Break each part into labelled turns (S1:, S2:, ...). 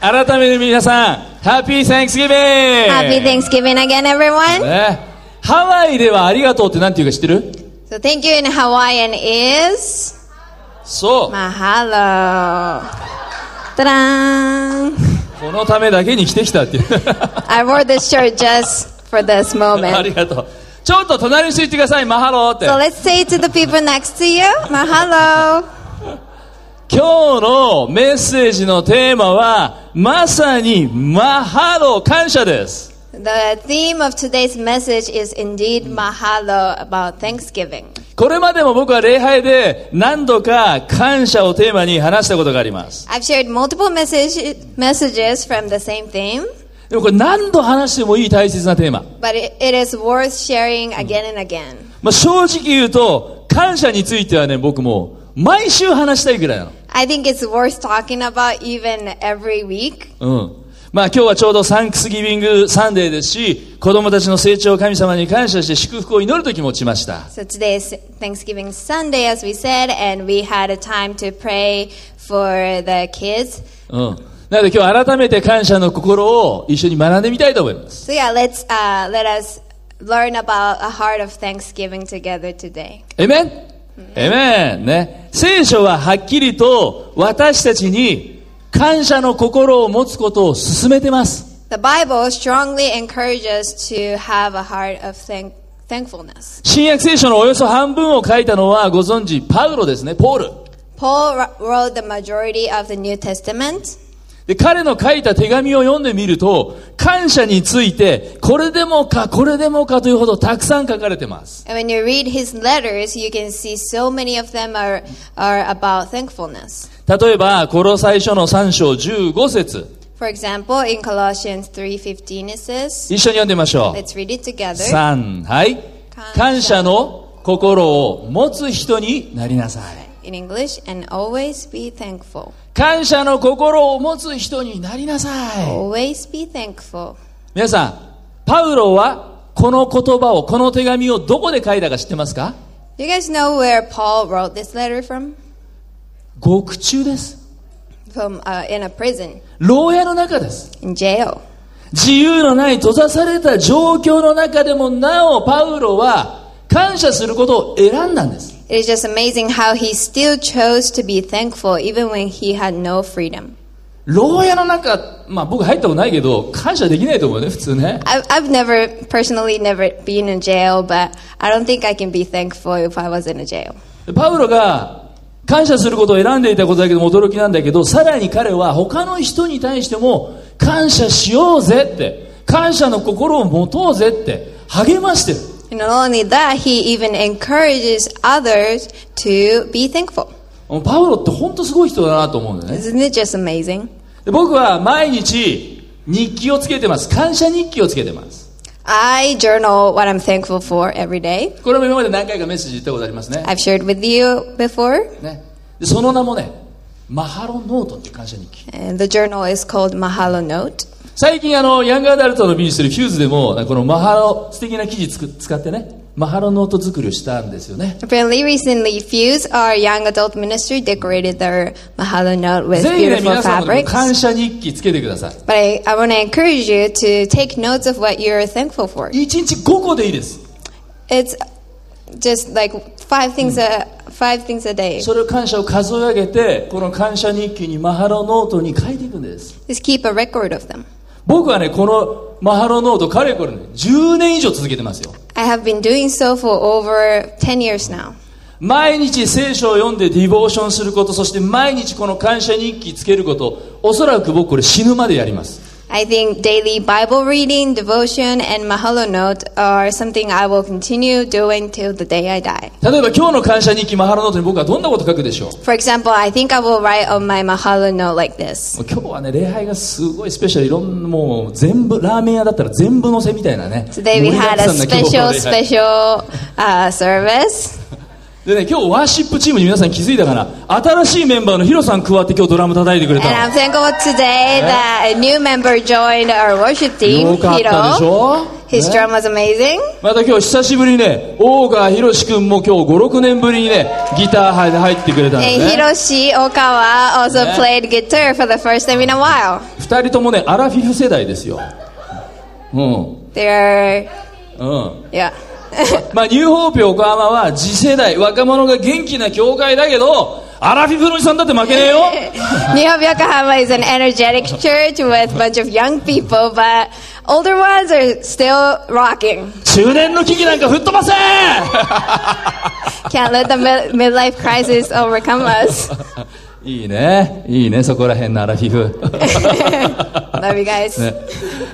S1: 改めて皆さん、ハッピーサンクスギビング Eh.
S2: Happy Thanksgiving again, everyone.
S1: ね、ハワイではありがとうってなんて言うか知ってる
S2: So thank you in Hawaiian is
S1: そう、
S2: mahalo. Ta-da!
S1: このためだけに来てきたっていう
S2: I wore this shirt just for this
S1: あ
S2: moment.
S1: りがとうちょっと隣の人言ってくださいマハローって
S2: So let's say to the people next to you, mahalo.
S1: 今日のメッセージのテーマはまさにマハロー感謝です
S2: The theme of today's message is indeed mahalo about Thanksgiving.
S1: これまでも僕は礼拝で何度か感謝をテーマに話したことがあります
S2: I've shared multiple message, messages from the same theme,
S1: でもこれ何度話してもいい大切なテーマ、
S2: but it, it is worth sharing again and again.
S1: まあ、正直言うと感謝についてはね僕もう毎週話したいぐらいなの
S2: I think it's worth talking about even every week.
S1: うん。まあ今日はちょうどサンクスギビングサンデーですし、子供たちの成長を神様に感謝して祝福を祈る時も落ちました。
S2: So today is Thanksgiving Sunday, as we said, and we had a time to pray for the kids.
S1: うん。なので今日改めて感謝の心を一緒に学んでみたいと思います。
S2: So yeah, let's uh, let us learn about a heart of Thanksgiving together today.
S1: エメンエメンね。聖書ははっきりと私たちに感謝の心を持つことを勧めてます。
S2: The Bible strongly encourages us to have a heart of thank- thankfulness.
S1: 新約聖書のおよそ半分を書いたのはご存知、パウロですね、ポール。
S2: Paul wr- wrote the majority of the New Testament.
S1: で、彼の書いた手紙を読んでみると、感謝について、これでもか、これでもかというほどたくさん書かれてます。
S2: And when you read his letters, you can see so many of them are, are about thankfulness.
S1: 例えば、この最初の3章15節
S2: For example, in Colossians 3:15 it says,
S1: 一緒に読んでみましょう。
S2: let's read it together.
S1: 3、はい。感
S2: 感
S1: 謝
S2: 謝
S1: の心を持つ人になりなさい。
S2: in English and always be thankful.
S1: 感謝の心を持つ人になりなさい。
S2: Always be thankful.
S1: 皆さん、パウロは、この言葉を、この手紙をどこで書いたか知ってますか
S2: You guys know where Paul wrote this letter from?
S1: 獄中です。
S2: From uh, in a prison,
S1: 牢屋の中です。
S2: in jail.
S1: 自由のない閉ざされた状況の中でもなおパウロは感謝することを選んだんです
S2: It is just amazing how he still chose to be thankful even when he had no freedom.
S1: 牢屋の中、まあ、僕入ったことないけど感謝できないと思うね普通ね
S2: I've, I've never, personally, never been in jail, but I don't think I can be thankful if I was in a jail.
S1: パウロが感謝することを選んでいたことだけでも驚きなんだけどさらに彼は他の人に対しても感謝しようぜって感謝の心を持とうぜって励ましてる
S2: And not only that, he even encourages others to be thankful.
S1: もうパウロって本当すごい人だなと思うんだよね
S2: Isn't it just amazing?
S1: で僕は毎日日記をつけてます感謝日記をつけてます
S2: I journal what I'm thankful for every day.
S1: これも今まで何回かメッセージ言ったことありますね。
S2: I've shared with you before.
S1: ねでその名もね、マハロノートっていう感謝日記。
S2: And the journal is called Mahalo Note.
S1: 最近あの、ヤングアダルトのビジネスるフューズでも、このマハロ、素敵な記事つく使ってね、マハロノート作りをしたんですよね。
S2: Apparently, recently, Fuse, our young adult ministry, decorated their Mahalo Note with
S1: ぜひね、
S2: beautiful
S1: 皆さんもね
S2: fabrics.
S1: 感謝日記つけてください。
S2: But I, I want to encourage you to take notes of what you're thankful for.
S1: 1日5個でいいです。
S2: It's just like five things a five things a day.
S1: それを感謝を数え上げて、この感謝日記にマハロノートに書いていくんです。
S2: Just keep a record of them.
S1: 僕はね、このマハロノート、かれこれね、10年以上続けてますよ。
S2: I have been doing so for over 10 years now.
S1: 毎日聖書を読んでディボーションすることそして毎日この感謝日記つけることおそらく僕これ死ぬまでやります
S2: I think daily Bible reading, devotion, and Mahalo note are something I will continue doing till the day I die.
S1: 例えば今日の感謝日記マハロノートに僕はどんなこと書くでしょう
S2: For example, I think I will write on my Mahalo note like this.
S1: もう今日はね礼拝がすごいスペシャルいろんなもう全部ラーメン屋だったら全部乗せみたいなね
S2: Today
S1: 盛
S2: we
S1: りだく
S2: had
S1: さ
S2: a
S1: んな今日の
S2: special,
S1: 礼拝
S2: special uh, service.
S1: でね、今日ワーシップチームに皆さん気づいたかな新しいメンバーのヒロさん加わって今日ドラム叩いてくれ
S2: And
S1: た
S2: I'm thankful today that a new member joined our worship
S1: の。
S2: team,
S1: よかったでし
S2: Hiro.
S1: ょ
S2: His
S1: ね
S2: drum was amazing.
S1: また今日久しぶりにね、大川博士君も今日5、6年ぶりにね、ギター入入ってくれたん
S2: And
S1: ですね。
S2: Hiroshi Okawa also
S1: Yeah.
S2: played guitar for the first time in a while.
S1: 二人ともね、アラフィフ世代ですよ。うん。
S2: They're,
S1: うん。
S2: yeah.
S1: まあ、ニューホープ横浜は次世代、若者が元気な教会だけど、アラフィフのおじさんだって負けねえよ
S2: New Hope Yokohama is an energetic church with a bunch of young people, but older ones are still rocking.
S1: 中年の危機なんか吹っ飛ばせ
S2: Can't let the mid- midlife crisis overcome us.
S1: いいね、いいね、そこら辺のアラフィフ。
S2: Love you guys.
S1: ね、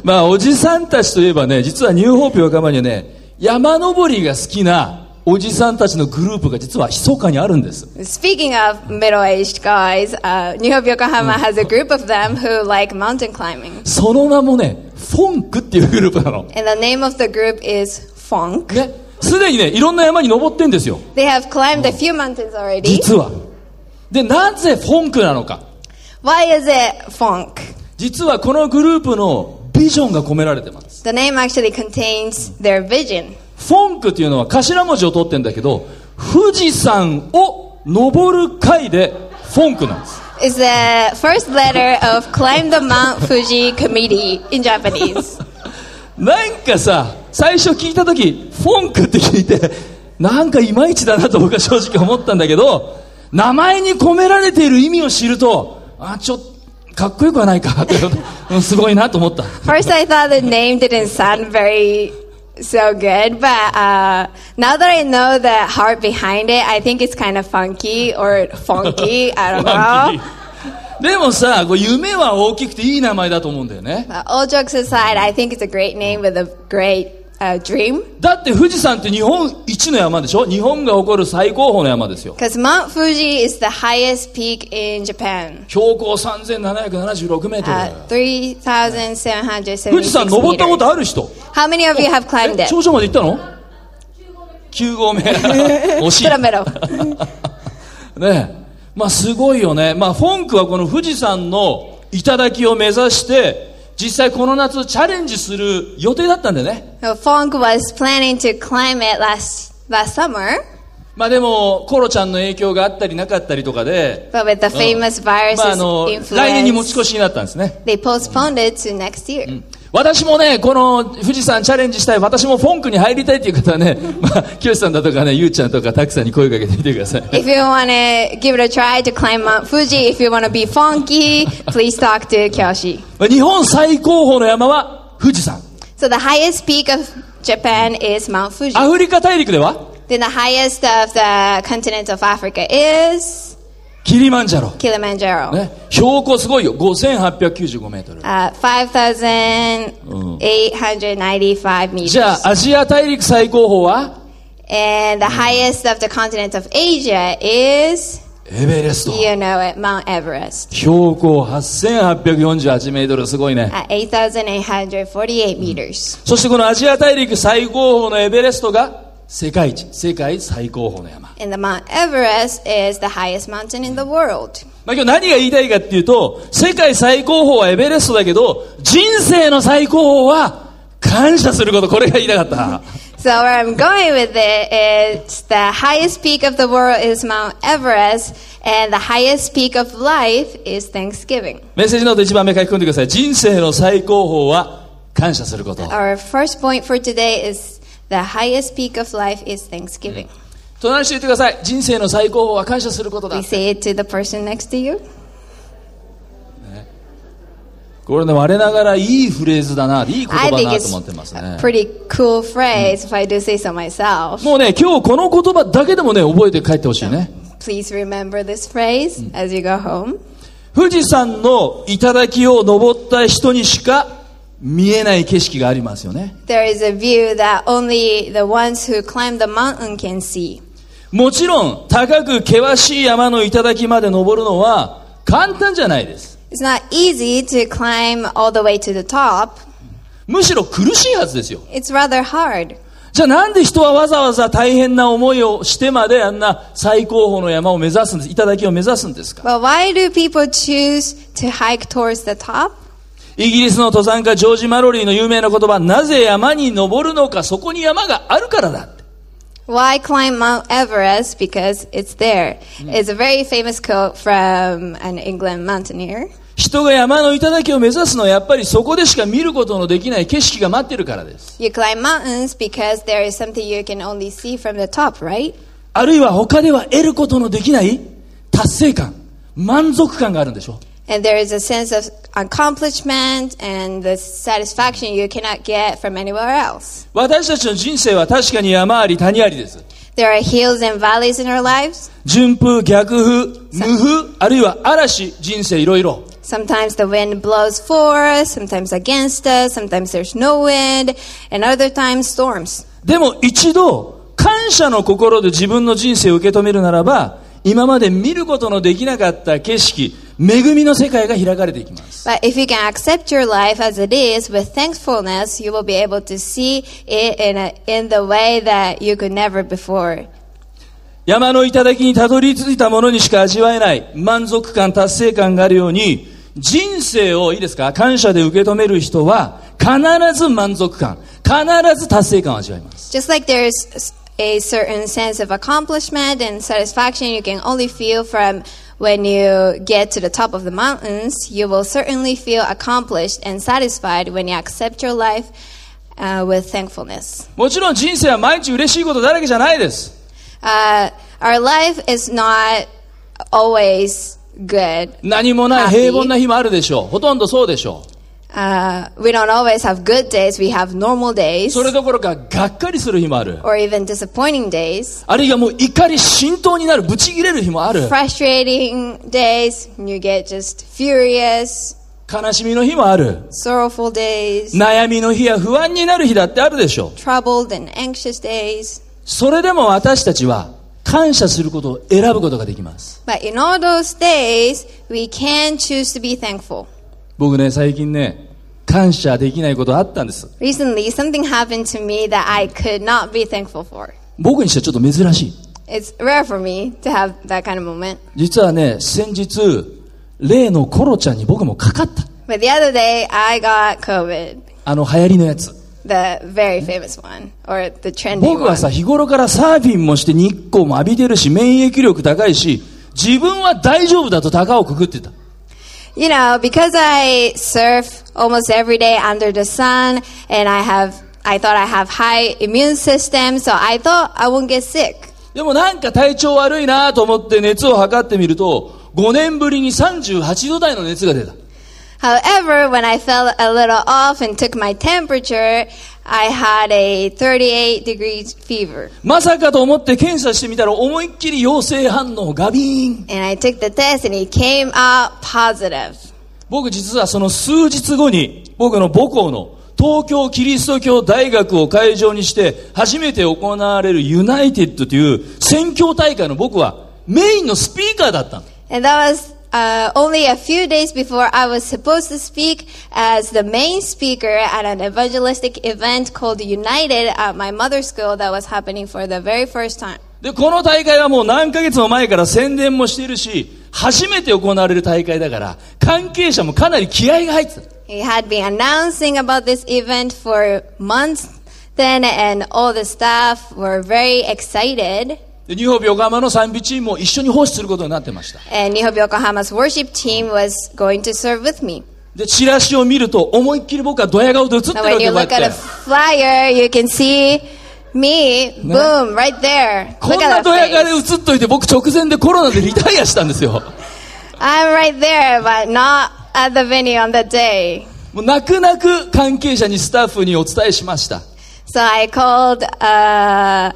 S1: まあおじさんたちといえばね実はニューホープ横浜にはね山登りが好きなおじさんたちのグループが実は密かにあるんです
S2: Speaking of middle-aged guys, uh, New Hope Yokohama has a group of them who like mountain climbing,
S1: その名もねフォンクっていうグループなの
S2: and the name of the group is Funk.
S1: ねすでにねいろんな山に登ってんですよ
S2: They have climbed a few mountains already.
S1: 実はでなぜフォンクなのか
S2: Why is it Funk?
S1: 実はこのグループのビジョンが込められてます
S2: The name actually contains their vision.
S1: フォンクっていうのは頭文字を取ってんだけど富士山を登る会でフォンクなんです
S2: is the first letter of Climb the Mount Fuji Committee in Japanese.
S1: なんかさ、最初聞いた時フォンクって聞いて、なんかいまいちだなと僕は正直思ったんだけど、名前に込められている意味を知ると、あ、ちょっと、かっこよくはないか、ということうんすごいなと思った。
S2: First, I thought the name didn't sound very so good, but uh, now that I know the heart behind it, I think it's kind of funky or funky. I don't
S1: フ
S2: know.
S1: ァンキーでもさ、こう夢は大きくていい名前だと思うんだよね。
S2: But all jokes aside, I think it's a great name with a great uh, dream.
S1: だって富士山って日本一の山でしょ日本が誇る最高峰の山ですよ。
S2: Because Mount Fuji is the highest peak in Japan.
S1: 標高3776メートルだよ
S2: Uh, 3,776
S1: 富士山登ったこ
S2: meters.
S1: とある人
S2: How many of you have climbed
S1: え
S2: it?
S1: 頂上まで行ったの9合目惜しい
S2: プロメロ
S1: ねえまあすごいよねまあフォンクはこの富士山の頂を目指して実際この夏チャレンジする予定だったんだよね
S2: So Funk was planning to climb it last last summer,
S1: まあでもコロちゃんの影響があったりなかったりとかで
S2: but with the
S1: うん
S2: famous
S1: まああ
S2: virus's
S1: の uh, 来年に持ち
S2: influence,
S1: 越しに Mm. なったんですね
S2: they postponed it to next year.
S1: 私もね、この富士山チャレンジしたい、私もフォンクに入りたいという方はね、 まあ、清さんだとかね、ゆうちゃんとか、たくさんに声かけてみてください。
S2: If you want to give it a try to climb Mount Fuji, if you want to be funky, please talk to Kyoshi.
S1: まあ日本最高峰の山は富士山。
S2: So the highest peak of Japan is Mount Fuji.
S1: アフリカ大陸では
S2: Then the highest of the continent of Africa is
S1: キリマンジャロ。
S2: Kilimanjaro,
S1: ね、標高すごいよ。5895メートル。
S2: uh,
S1: Oh.
S2: 5,895 meters.
S1: じゃあ、アジア大陸最高峰は
S2: And the highest of the continent of Asia is,
S1: エベレスト。
S2: you know it, Mount Everest
S1: 標高8848メートル。すごいね。
S2: at 8,848 meters.
S1: そしてこのアジア大陸最高峰のエベレストが世界一。世界最高峰の山。
S2: And the Mount Everest is the highest mountain in the world.
S1: まあ、今日何が言いたいかっていうと、世界最高峰はエベレストだけど、人生の最高峰は感謝すること、これが言いたかった。
S2: So where I'm going with it is the highest peak of the world is Mount Everest, and the highest peak of life is Thanksgiving.
S1: メッセージノート一番目書き込んでください。人生の最高峰は感謝すること。
S2: Our first point for today is the highest peak of life is Thanksgiving.
S1: 隣の人言ってください。人生の最高峰は感謝することだ
S2: We。say it to the person next to you.
S1: これね、我ながらいいフレーズだな、いい言
S2: I
S1: 葉
S2: think
S1: だなと思ってま
S2: it's
S1: すね
S2: a。pretty cool phrase, if I do say so myself.
S1: もうね、今日この言葉だけでもね、覚えて帰ってほしいね。
S2: Please remember this phrase as you go home.
S1: 富士山の頂を登った人にしか見えない景色がありますよね。
S2: There is a view that only the ones who climb the mountain can see.
S1: もちろん、高く険しい山の頂まで登るのは簡単じゃないです。
S2: It's not easy to climb all the way to the top.
S1: むしろ苦しいはずですよ。
S2: It's rather hard.
S1: じゃあなんで人はわざわざ大変な思いをしてまであんな最高峰の山を目指すんです、頂を目指すんですか
S2: But why do people choose to hike towards the top?
S1: イギリスの登山家ジョージ・マロリーの有名な言葉、なぜ山に登るのか、そこに山があるからだって。
S2: Why climb Mount Everest? Because it's there. It's a very famous quote from an England mountaineer.
S1: 人が山の頂を目指すのはやっぱりそこでしか見ることのできない景色が待ってるからです。
S2: You climb mountains because there is something you can only see from the top, right?
S1: あるいは他では得ることのできない達成感、満足感があるんでしょう。
S2: And there is a sense of accomplishment and the satisfaction you cannot get from anywhere else.
S1: 私たちの人生は確かに山あり谷ありです。
S2: There are hills and valleys in our lives.
S1: 順風、逆風、無風、あるいは嵐、人生いろいろ。
S2: Sometimes the wind blows for us, sometimes against us, sometimes there's no wind, and other times storms.
S1: でも一度、感謝の心で自分の人生を受け止めるならば、今まで見ることのできなかった景色、恵みの世界が開かれていきます。
S2: But if you can accept your life as it is with thankfulness, you will be able to see it in, a, in the way that you could never before.
S1: 山の頂にたどり着いたものにしか味わえない満足感、達成感があるように、人生をいいですか感謝で受け止める人は、必ず満足感、必ず達成感を味わいます。
S2: Just like there's a certain sense of accomplishment and satisfaction you can only feel from when you get to the top of the mountains, you will certainly feel accomplished and satisfied when you accept your life uh, with thankfulness.
S1: もちろん人生は毎日嬉しいことだらけじゃないです。
S2: Uh, our life is not always good.
S1: 何もない
S2: Happy
S1: 平凡な日もあるでしょう。ほとんどそうでしょ
S2: Uh, we don't always have good days. We have normal
S1: う。
S2: days
S1: それどころか、がっかりする日もある。
S2: or even disappointing days,
S1: あるいはもう怒り浸透になる、ぶち切れる日もある。
S2: frustrating days. You get just furious,
S1: 悲しみの日もある。
S2: sorrowful days,
S1: 悩みの日や不安になる日だってあるでしょう。
S2: troubled and anxious days.
S1: それでも私たちは感謝することを選ぶことができます。
S2: But in all those days, we can choose to be thankful.
S1: 僕ね、最近ね、感謝できないことあったんです。
S2: Recently, something happened to me that I could not be thankful for.
S1: 僕にしてはちょっと珍しい。
S2: It's rare for me to have that kind of moment.
S1: 実はね、先日、例のコロちゃんに僕もかかった。
S2: But the other day, I got COVID,
S1: あの流行りのやつ。
S2: the very famous one, or the trendy
S1: 僕は
S2: one.
S1: さ、日頃からサーフィンもして日光も浴びてるし、免疫力高いし、自分は大丈夫だと高をくくってた。
S2: You know, because I surf almost every day under the sun, and I have, I thought I have high immune system, so I thought I won't get sick.
S1: でもなんか体調悪いなと思って熱を測ってみると、5年ぶりに38度台の熱が出た。
S2: However, when I felt a little off and took my temperature, I had a 38 degree fever.
S1: まさかと思って検査してみたら思いっきり陽性反応ガビーン。
S2: And I took the test, and it came out positive.
S1: 僕実はその数日後に僕の母校の東京キリスト教大学を会場にして初めて行われるユナイテッドという宣教大会の僕はメインのスピーカーだったの。
S2: And that was uh, only a few days before I was supposed to speak as the main speaker at an evangelistic event called United at my mother's school that was happening for the very first time.
S1: で、この大会はもう何ヶ月も前から宣伝もしているし、初めて行われる大会だから、関係者もかなり気合が入ってた。
S2: He had been announcing about this event for months then, and all the staff were very excited.
S1: で、ニューホープ横浜の賛美チームも一緒にホストすることになってました。
S2: And Nihob Yokohama's worship team was going to serve with me.
S1: で、チラシを見ると、思いっきり僕はドヤ顔で映ってる
S2: Now,
S1: わ
S2: when
S1: け
S2: you
S1: だっ
S2: look at a
S1: て。
S2: flyer, you can see me, boom, right there.
S1: こん
S2: Look
S1: な
S2: at
S1: ドヤ顔
S2: that face.
S1: で映っといて、僕直前でコロナでリタイアしたんですよ。
S2: I'm right there, but not at the venue on that day.
S1: もう泣く泣く関係者にスタッフにお伝えしました。
S2: So I called uh,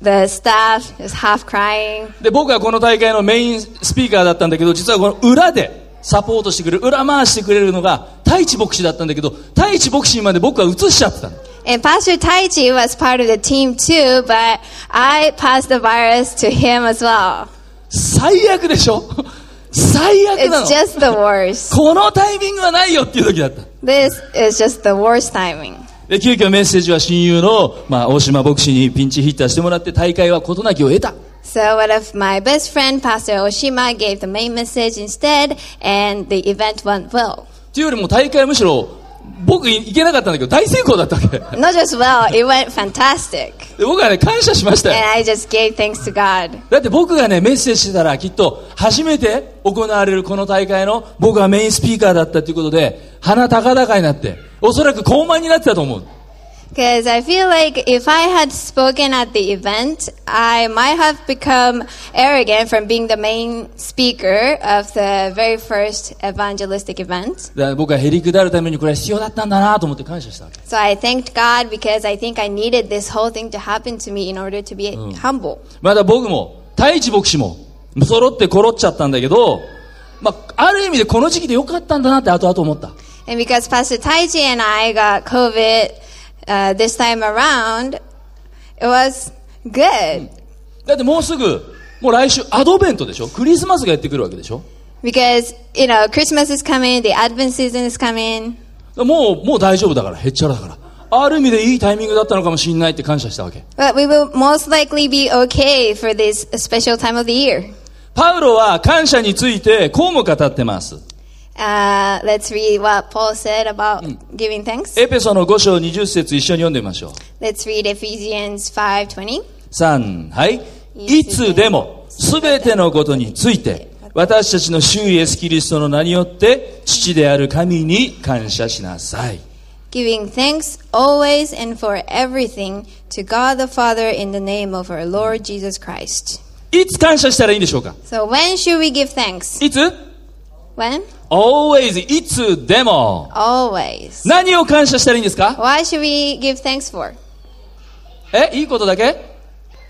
S2: the staff, just half crying.
S1: で、僕はこの大会のメインスピーカーだったんだけど、実はこの裏でサポートしてくれる、裏回してくれるのが、太一牧師だったんだけど、太一牧師にまで僕は移しちゃってたの。
S2: And Pastor Taichi was part of the team too, but I passed the virus to him as well.
S1: 最悪でしょ 最悪なの
S2: It's just the worst.
S1: このタイミングはないよっていう時だった。
S2: This is just the worst timing.
S1: で、急遽メッセージは親友の、まあ、大島牧師にピンチヒッターしてもらって、大会は事なきを得た。
S2: So one of my best friend, Pastor Oshima, gave the main message instead, and the event went well.
S1: っていうよりも大会はむしろ、僕い行けなかったんだけど、大成功だったわけ。
S2: Not just well, it went fantastic.
S1: で僕はね、感謝しましたよ
S2: And。I just gave thanks to God.
S1: だって僕がね、メッセージしてたら、きっと、初めて行われるこの大会の、僕がメインスピーカーだったということで、鼻高々になって、おそらく高慢になってたと思う。
S2: Because I feel like if I had spoken at the event, I might have become arrogant from being the main speaker of the very first evangelistic event.
S1: だから僕はへりくだるためにこれは必要だったんだなと思って感謝したわけ。
S2: So I thanked God because I think I needed this whole thing to happen to me in order to be humble.
S1: まだ僕も、太一牧師も、揃ってころっちゃったんだけど、まあ、ある意味でこの時期でよかったんだなって後々思った。
S2: And because Pastor Taiji and I got COVID uh, this time around, it was good
S1: だってもうすぐ、もう来週アドベントでしょクリスマスがやってくるわけでしょ
S2: because you know Christmas is coming, the Advent season is coming.
S1: もう、もう大丈夫だから、へっちゃらだから。ある意味でいいタイミングだったのかもしれないって感謝したわけ。
S2: But we will most likely be okay for this special time of the year.
S1: パウロは感謝についてこうも語ってます。
S2: Uh, let's read what Paul said about giving thanks.
S1: エペソの5章20節一緒に読んでみましょう。
S2: Let's read Ephesians 5:20.
S1: 3、はい。いつでも、すべてのことについて、私たちの主イエスキリストの名によって、父である神に感謝しなさい。
S2: Giving thanks always and for everything to God the Father in the name of our Lord Jesus Christ.
S1: いつ感謝したらいいんでしょうか
S2: So when should we give thanks?
S1: いつ
S2: When?
S1: ?always, いつでも。
S2: Always.
S1: 何を感謝したらいいんですか
S2: Why should we give thanks for?
S1: えいいことだけ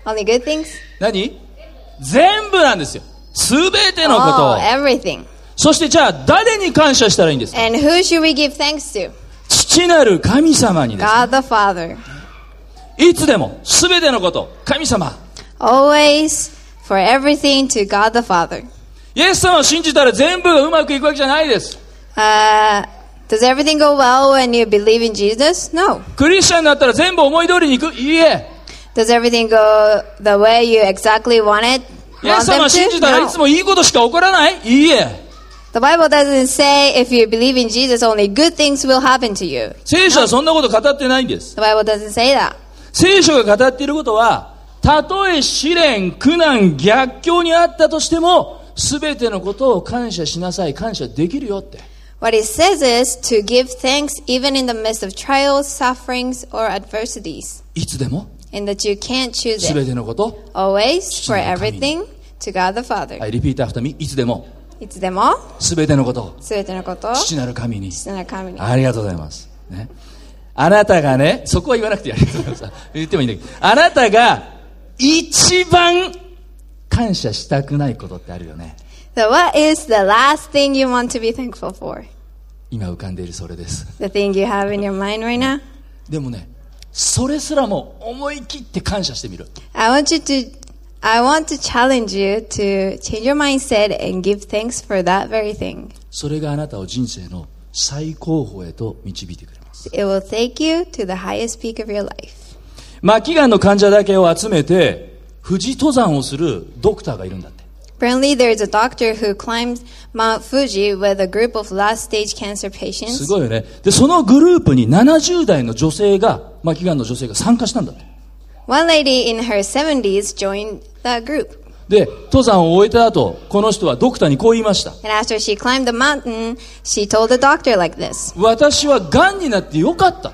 S2: Only good things?
S1: 何全部なんですよ。すべてのことを
S2: Oh,。everything.
S1: そしてじゃあ、誰に感謝したらいいんですか
S2: And who should we give thanks to?
S1: 父なる神様にです。
S2: God the Father.
S1: いつでも、すべてのこと、神様。
S2: Always for everything to God the Father.
S1: イエス様を信じたら全部がうまくいくわけじゃないです。
S2: Uh, does everything go well when you believe in Jesus? No.
S1: クリスチャンになったら全部思い通りにいくいいえ。
S2: Does everything go the way you exactly want it?
S1: イエ
S2: Want
S1: ス様
S2: them
S1: を信じ
S2: to?
S1: たらいつ
S2: No.
S1: もいいことしか起こらないいいえ。
S2: The Bible doesn't say if you believe in Jesus, only good things will happen to you.
S1: 聖書はそんなこと語ってないんです。
S2: The Bible doesn't say that.
S1: 聖書が語っていることは、たとえ試練、苦難、逆境にあったとしても、すべてのことを感謝しなさい、感謝できるよって。
S2: What it says is to give thanks even in the midst of trials, sufferings, or adversities,
S1: いつでも、
S2: and that you can't choose
S1: すべ
S2: it.
S1: てのこと。
S2: Always, for everything, to God the
S1: は
S2: Father.
S1: い、リピートアフタミ、いつでも、
S2: いつでも、
S1: すべてのことを、
S2: すべてのことを、
S1: 父なる神に。
S2: 父なる神に。
S1: ありがとうございます。ね。あなたがね、そこは言わなくていいありがとうございます。言ってもいいんだけど、あなたが一番感謝したくないことってあるよね。
S2: So what is the last thing you want to be thankful for?
S1: 今浮かんでいるそれです。
S2: The thing you have in your mind right now?
S1: でもね、それすらも思い切って感謝してみる。
S2: I want you to, I want to challenge you to change your mindset and give thanks for that very thing.
S1: それがあなたを人生の最高峰へと導いてくれます。
S2: It will take you to the highest peak of your life.
S1: 末期がんの患者だけを集めて、富士登山をするドクターがいるんだって。
S2: Apparently, there is a doctor who climbed Mount Fuji with a group of last stage cancer
S1: す
S2: patients.
S1: ごいよね。で、そのグループに70代の女性が、末期がんの女性が参加したんだって。
S2: One lady in her 70s joined that group.
S1: で、登山を終えた後、この人はドクターにこう言いました。
S2: And after she climbed the mountain, she told the doctor like this
S1: 私は癌になってよかった。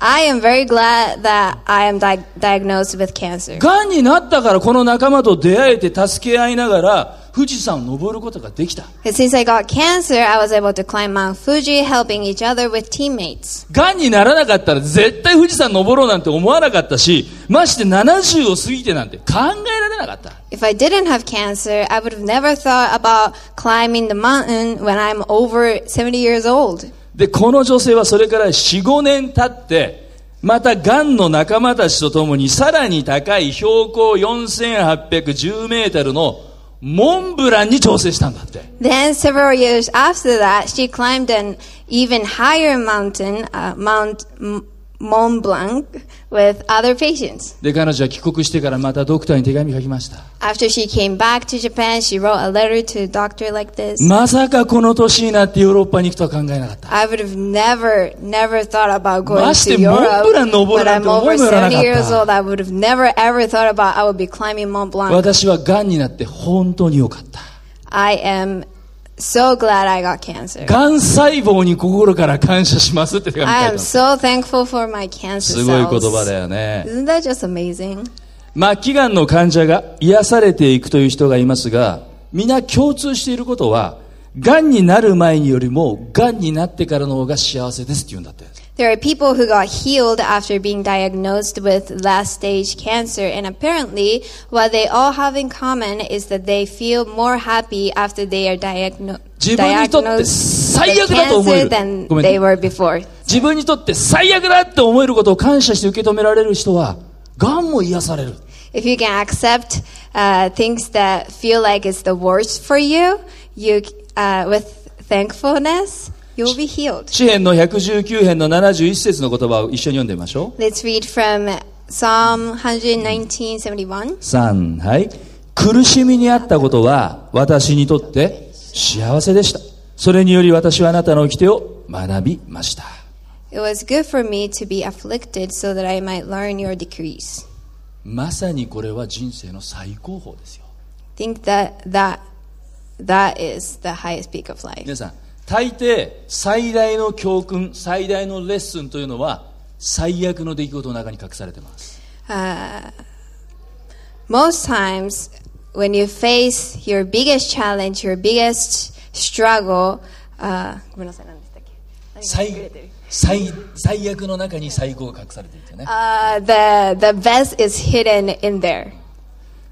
S2: I am very glad that I am di- diagnosed with cancer.
S1: 癌になったからこの仲間と出会えて助け合いながら、富士山を登ることができた。
S2: Because since I got cancer, I was able to climb Mount Fuji, helping each other with teammates.
S1: 癌にならなかったら絶対富士山登ろうなんて思わなかったし、まして70を過ぎてなんて考えられなかった。
S2: If I didn't have cancer, I would have never thought about climbing the mountain when I'm over 70 years old.
S1: で、この女性はそれから4、5年経って、また癌の仲間たちと共にさらに高い標高4810メートルのモンブランに挑戦したんだって。
S2: Then, several years after that, she climbed an even higher mountain, uh, Mount M- Mont Blanc with other patients.
S1: で、彼女は帰国してからまたドクターに手紙書きました。
S2: After she came back to Japan, she wrote a letter to a doctor like this.
S1: まさかこの年になってヨーロッパに行くとは考えなかった。
S2: I would have never, never thought about going
S1: まして
S2: to
S1: モンブラン
S2: Europe.
S1: 登る
S2: But
S1: なんて
S2: I'm
S1: 思いも
S2: over
S1: よらなかっ
S2: 70 years
S1: た
S2: old. I would have never, ever thought about I would be climbing Mont Blanc.
S1: 私は癌になって本当に良かった
S2: I am so glad I got cancer.
S1: 癌細胞に心から感謝しますって手紙書い
S2: I
S1: てあ
S2: am
S1: る
S2: so thankful for my cancer
S1: すごい言葉
S2: cells.
S1: だよね
S2: Isn't that just amazing?
S1: 末期癌の患者が癒されていくという人がいますが皆共通していることは癌になる前によりも癌になってからの方が幸せですって言うんだって
S2: There are people who got healed after being diagnosed with last stage cancer, and apparently, what they all have in common is that they feel more happy after they are diagno-
S1: 自分にとって
S2: diagnosed
S1: 最悪
S2: with
S1: だと思え
S2: cancer
S1: る
S2: than
S1: ごめん
S2: they
S1: ね
S2: were before.
S1: 自分にとって最悪だって思えることを感謝して受け止められる人は癌も癒される
S2: If you can accept uh, things that feel like it's the worst for you, you uh, with thankfulness, you'll be healed.
S1: 詩編の119編の71節の言葉を一緒に読んでみましょう
S2: Let's read from Psalm 119:71.
S1: 三、はい。苦しみにあったことは私にとって幸せでした。それにより私はあなたの掟を学びました。
S2: It was good for me to be afflicted so that I might learn your decrees.
S1: まさにこれは人生の最高峰ですよ。
S2: Think that that that is the highest peak of life.
S1: 皆さん、大抵最大の教訓、最大のレッスンというのは最悪の出来事の中に隠されてます。
S2: Most times when you face your biggest challenge, your biggest struggle, uh,
S1: 最最最悪の中に最高が隠されてるんですよね。
S2: uh, the the best is hidden in there.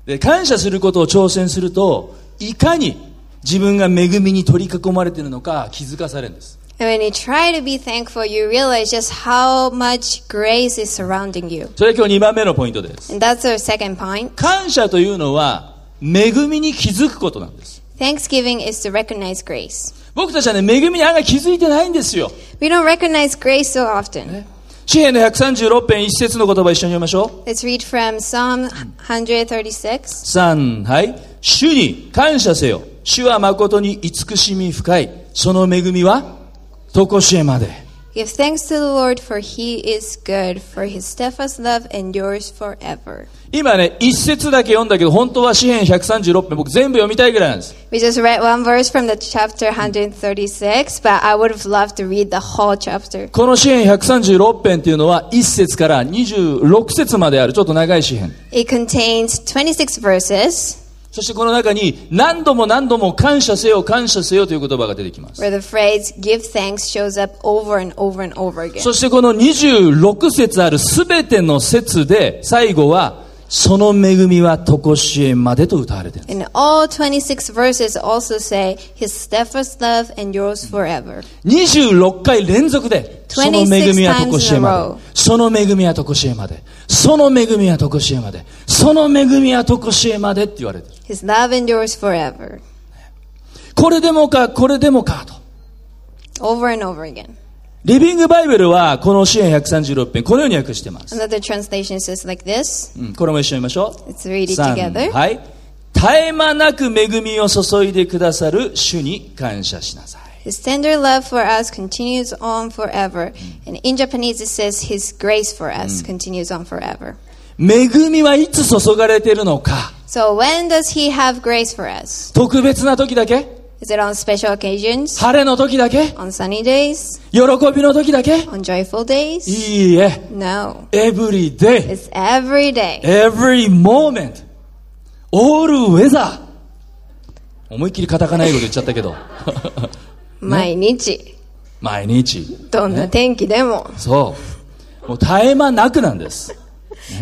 S1: で感謝することを挑戦するといかに自分が恵みに取り囲まれているのか気づかされるんです
S2: And when you try to be thankful, you realize just how much grace is surrounding you.
S1: それ今日2番目のポイントです
S2: And that's our second point.
S1: 感謝というのは恵みに気づくことなんです
S2: Thanksgiving is to recognize grace.
S1: 僕たちはね恵みに案外気づいてないんですよ
S2: We don't recognize grace so often.
S1: 詩篇の136編1節の言葉一緒に読みましょ
S2: Let's read from Psalm 136.
S1: う3はい主に感謝せよ主は誠に慈しみ深いその恵みは常しえまで
S2: Give thanks to the Lord, for he is good, for his steadfast love endures forever.
S1: 今ね一節だけ読んだけど本当は詩篇136編僕全部読みたいぐらいなんです
S2: We just read one verse from the chapter 136, but I would have loved to read the whole chapter.
S1: この詩篇136編っていうのは1節から26節まであるちょっと長い詩篇。
S2: It contains 26 verses
S1: そしてこの中に何度も何度も感謝せよ感謝せよという言葉が出てきます。
S2: where the phrase give thanks shows up over and over and over again.
S1: そしてこの26節あるすべての節で最後はその恵みは常しえまでと歌われている。
S2: And all 26 verses also say his steadfast love endures forever.
S1: 26回連続でその恵みは常しえまで。その恵みは常しえまで。その恵みは常しえまで。その恵みは常しえまでって言われてる。
S2: His love endures forever.
S1: これでもか、これでもかと。
S2: Over and over again.
S1: リビングバイブルはこの詩篇136編、このように訳してます。
S2: Another translation says like this.
S1: うんこれも一緒に見ましょう。
S2: Let's read it
S1: さん
S2: together.
S1: はい。絶え間なく恵みを注いでくださる主に感謝しなさい。
S2: His tender love for us continues on forever. And in Japanese it says his grace for us continues on forever.
S1: 恵みはいつ注がれているのか
S2: So when does he have grace for us?
S1: 特別な時だけ
S2: Is it on special occasions?
S1: 晴れの時だけ
S2: On sunny days?
S1: 喜びの時だけい
S2: On joyful days?
S1: いえ。
S2: No.
S1: every day,
S2: It's every
S1: Eh?
S2: day.
S1: every moment, all weather. 思いっきりカタカナ英語で言っちゃったけど。
S2: 毎日。
S1: 毎日。
S2: どんな天気でも。
S1: そう。もう絶え間なくなんです。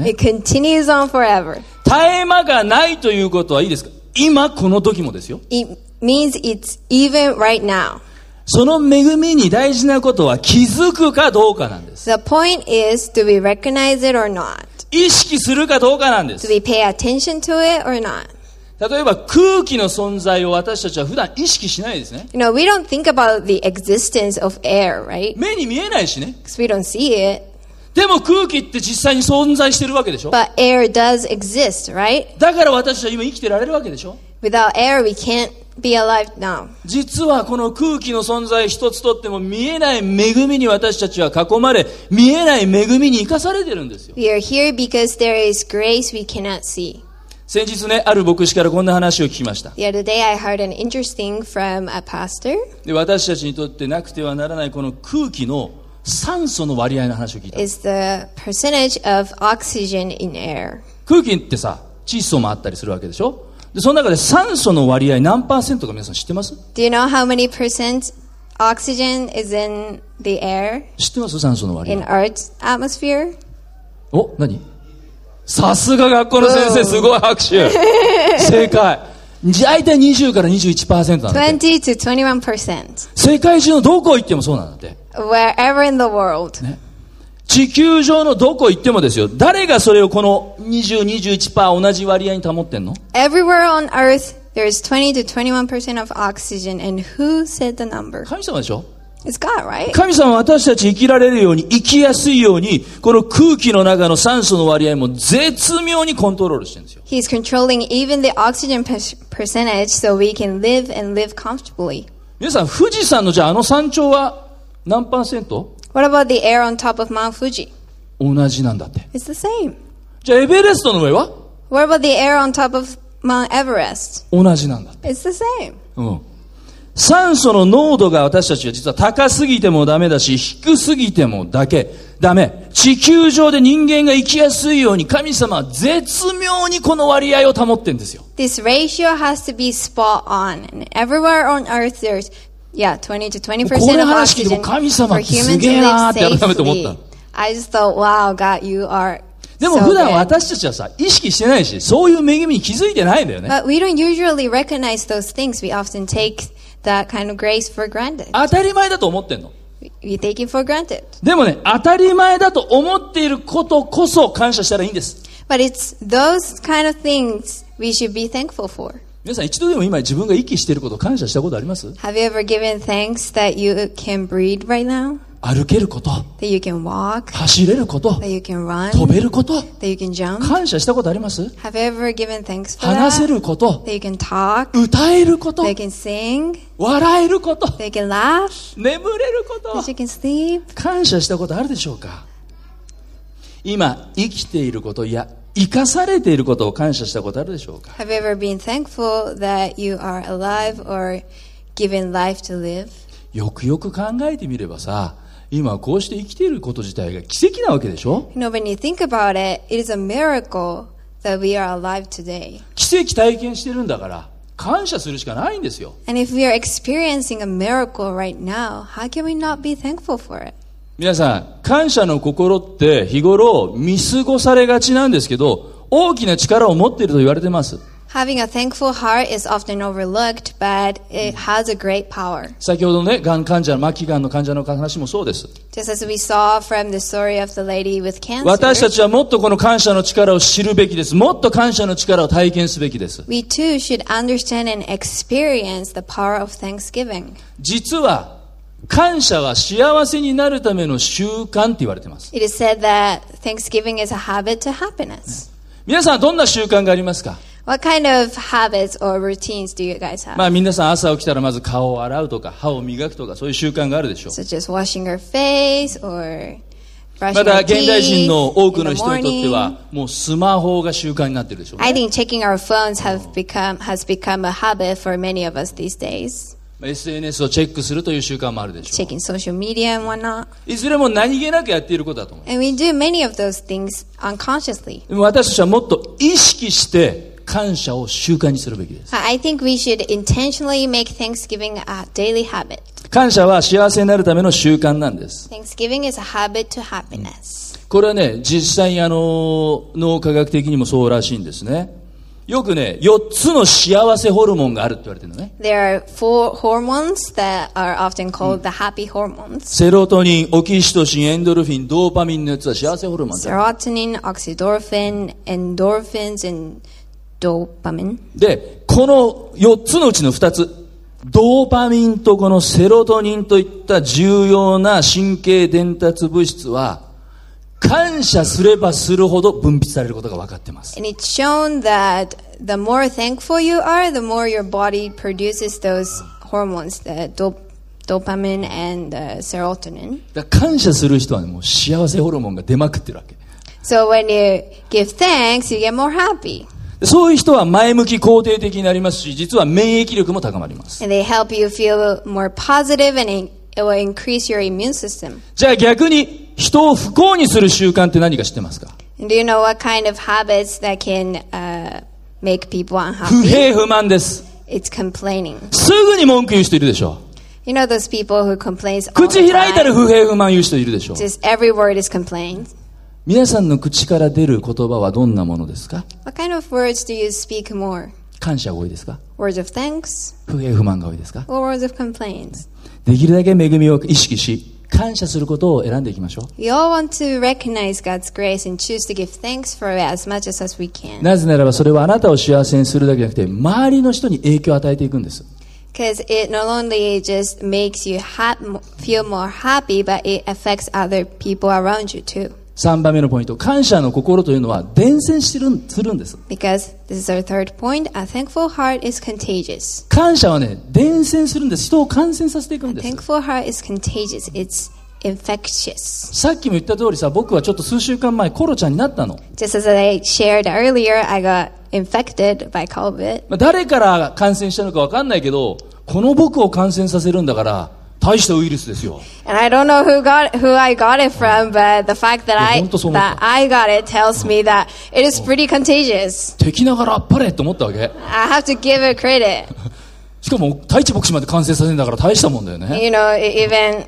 S2: It continues on forever.
S1: 絶え間がないということはいいですか今この時もですよ。
S2: It means it's even right now.
S1: その恵みに大事なことは気づくかどうかなんです。
S2: The point is do we recognize it or not?
S1: 意識するかどうかなんで
S2: Do
S1: す。
S2: we pay attention to it or not?
S1: 例えば空気の存在を私たちは普段意識しないですね。
S2: You know, we don't think about the existence of air, right?
S1: 目に見えないしね。
S2: Because we don't see it.
S1: でも空気って実際に存在してるわけでしょ
S2: But air does exist, right?
S1: だから私は今生きてられるわけでしょ
S2: Without air, we can't be alive now.
S1: 実はこの空気の存在一つとっても見えない恵みに私たちは囲まれ、見えない恵みに生かされてるんですよ。
S2: We are here because there is grace we cannot see.
S1: 先日ね、ある牧師からこんな話を聞きました。
S2: The other day, I heard an interesting from a pastor.
S1: で私たちにとってなくてはならないこの空気の酸素の割合の話を聞いた。
S2: Is the percentage of oxygen in air?
S1: 空気ってさ、窒素もあったりするわけでしょで、その中で酸素の割合何パーセントか皆さん知ってます
S2: Do you know how many percent oxygen is in the air
S1: 知ってます酸素の割
S2: in
S1: 合。
S2: Earth's atmosphere?
S1: お、何さすが学校の先生、すごい拍手。正解。大体20から21%なんだって。
S2: 20 to 21 percent.
S1: 世界中のどこ行ってもそうなんだって。
S2: Wherever in the world.
S1: 地球上のどこ行ってもですよ。誰がそれをこの20、21%同じ割合に保ってんの
S2: Everywhere on Earth, there's 20 to 21 percent of oxygen. And who said the number?
S1: 神様でしょ
S2: It's God, right?
S1: 神様は私たち生きられるように、生きやすいように、この空気の中の酸素の割合も絶妙にコントロールしてるんですよ。
S2: He's controlling even the oxygen per- percentage so we can live and live comfortably.
S1: 皆さん、富士山のじゃああの山頂は何パーセント
S2: What about the air on top of Mount Fuji?
S1: 同じなんだって。
S2: It's the same.
S1: じゃあエベレストの上は
S2: What about the air on top of Mount Everest?
S1: 同じなんだって。
S2: It's the same.
S1: うん。酸素の濃度が私たちは実は高すぎてもダメだし、低すぎてもだけ、ダメ。地球上で人間が生きやすいように神様は絶妙にこの割合を保ってんですよ。
S2: This ratio has to be spot on. And everywhere on earth, there's, yeah, 20 to 20
S1: こ
S2: percent
S1: れ
S2: of
S1: 話聞いて
S2: oxygen
S1: も神様
S2: for
S1: ってす
S2: humans
S1: げ
S2: to
S1: えなー
S2: live
S1: って改めて思った
S2: safely.
S1: の。
S2: I just thought, wow, God, you are
S1: で
S2: so
S1: も普段
S2: good.
S1: 私たちはさ、意識してないし、そういう恵みに気づいてないんだよね。
S2: But we don't usually recognize those things. We often take that kind of grace for granted.
S1: 当たり前だと思ってんの。
S2: We- We take it for granted.
S1: でもね、当たり前だと思っていることこそ感謝したらいいんです。
S2: But it's those kind of things we should be thankful for.
S1: 皆さん一度でも今自分が息していること感謝したことあります
S2: Have you ever given thanks that you can breathe right now?
S1: 歩けること、
S2: That you can walk?
S1: 走れること、
S2: That you can run?
S1: 飛べること、
S2: That you can jump?
S1: 感謝したことあります
S2: Have you ever given thanks for
S1: 話せ
S2: that?
S1: ること、
S2: That you can talk,
S1: 歌えること、
S2: that you can sing,
S1: 笑えること、
S2: that you can laugh,
S1: 眠れること
S2: that、you can sleep.
S1: 感謝したことあるでしょうか今、生きていること、いや、生かされていることを感謝したことあるでしょうか
S2: Have you ever been thankful that you are alive or given life to live?
S1: よくよく考えてみればさ、今こうして生きていること自体が奇跡なわけでしょ
S2: You know, when you think about it, it is a miracle that we are alive today.
S1: 奇跡体験してるんだから、感謝するしかないんですよ。
S2: And if we are experiencing a miracle right now, how can we not be thankful for it?
S1: 皆さん、感謝の心って日頃見過ごされがちなんですけど、大きな力を持っていると言われてます。
S2: Having a thankful heart is often overlooked, but it has a great power.
S1: 先ほどね、がん患者、末期がんの患者の話もそうです。
S2: Just as we saw from the story of the lady with cancer.
S1: 私たちはもっとこの感謝の力を知るべきです。もっと感謝の力を体験すべきです。
S2: We too should understand and experience the power of thanksgiving.
S1: 実は、感謝は幸せになるための習慣って言われてます。
S2: It is said that thanksgiving is a habit to happiness.
S1: 皆さん、どんな習慣がありますか
S2: What kind of habits or routines do you guys have?
S1: まあ、皆さん朝起きたらまず顔を洗うとか、歯を磨くとか、そういう習慣があるでしょう。
S2: Such as washing your face or brushing
S1: また、
S2: your
S1: 現代
S2: teeth
S1: 人
S2: in
S1: の多くの
S2: the
S1: 人にとって
S2: morning.
S1: は、もうスマホが習慣になってるでしょう、
S2: I
S1: ね。
S2: think checking our phones have become has become a habit for many of us these days.
S1: まあ SNS をチェックするという習慣もあるでしょう。
S2: Checking social media and whatnot.
S1: いずれも何気なくやっていることだと思います。
S2: And we do many of those things unconsciously.
S1: でも私たちはもっと意識して感謝を習慣にするべきです。
S2: I I think we should intentionally make Thanksgiving a daily habit.
S1: 感謝は幸せになるための習慣なんです。
S2: Thanksgiving is a habit to happiness.
S1: これはね、実際にあの、脳科学的にもそうらしいんですね。よくね、4つの幸せホルモンがあるって言われてるのね。
S2: There are four hormones that are often called the happy hormones
S1: セロトニン、オキシトシン、エンドルフィン、ドーパミンのやつは幸せホルモンだ。
S2: serotonin, oxytorphin, endorphins, and dopamine.
S1: で、この4つのうちの2つ、ドーパミンとこのセロトニンといった重要な神経伝達物質は、感謝すればするほど分泌されることが分かってます。
S2: And it's shown that the more thankful you are, the more your body produces those hormones, the dop- dopamine and the serotonin.
S1: だから感謝する人はねもう幸せホルモンが出まくってるわけ。
S2: So when you give thanks, you get more happy.
S1: でそういう人は前向き肯定的になりますし、実は免疫力も高まります。
S2: And they help you feel more positive and it it will increase your immune system.
S1: じゃあ逆に人を不幸にする習慣って何か知ってますか
S2: And do you know what kind of habits that can uh, make people
S1: 不
S2: unhappy?
S1: 平不満です。
S2: It's complaining.
S1: すぐに文句言う人いるでしょ
S2: You know those people who complain
S1: う。
S2: all
S1: 口
S2: the
S1: 開いたら
S2: time?
S1: 不平不満言う人いるでしょう。
S2: Just every word is complained.
S1: 皆さんの口から出る言葉はどんなものですか
S2: What kind of words do you speak more?
S1: 感謝が多いですか
S2: Words of thanks
S1: 不平不満が多いですか
S2: or words of complaints?
S1: できるだけ恵みを意識し、感謝することを選んでいきましょう。
S2: We all want to recognize God's grace and choose to give thanks for it as much as, as we can.
S1: なぜならばそれはあなたを幸せにするだけじゃなくて、周りの人に影響を与えていくんです。
S2: Because it not only just makes you ha- m- feel more happy, but it affects other people around you too.
S1: 3番目のポイント、感謝の心というのは伝染してるんするんです。
S2: Because this is our third point, a thankful heart is contagious.
S1: 感謝はね、伝染するんです。人を感染させていくんです。
S2: Thankful heart is contagious. It's infectious.
S1: さっきも言った通りさ、僕はちょっと数週間前、コロちゃんになったの。
S2: Just as I shared earlier, I got infected by COVID.
S1: まあ誰から感染したのかわかんないけど、この僕を感染させるんだから、大したウイルスですよ。
S2: And I don't know who got who I got it from, but the fact that I
S1: いや、本当そう思った。
S2: that I got it tells me that it is pretty contagious.
S1: 敵ながらあっぱれと思ったわけ。
S2: I have to give it credit.
S1: しかも、太一牧師まで感染させるんだから大したもんだよね。
S2: You know, it even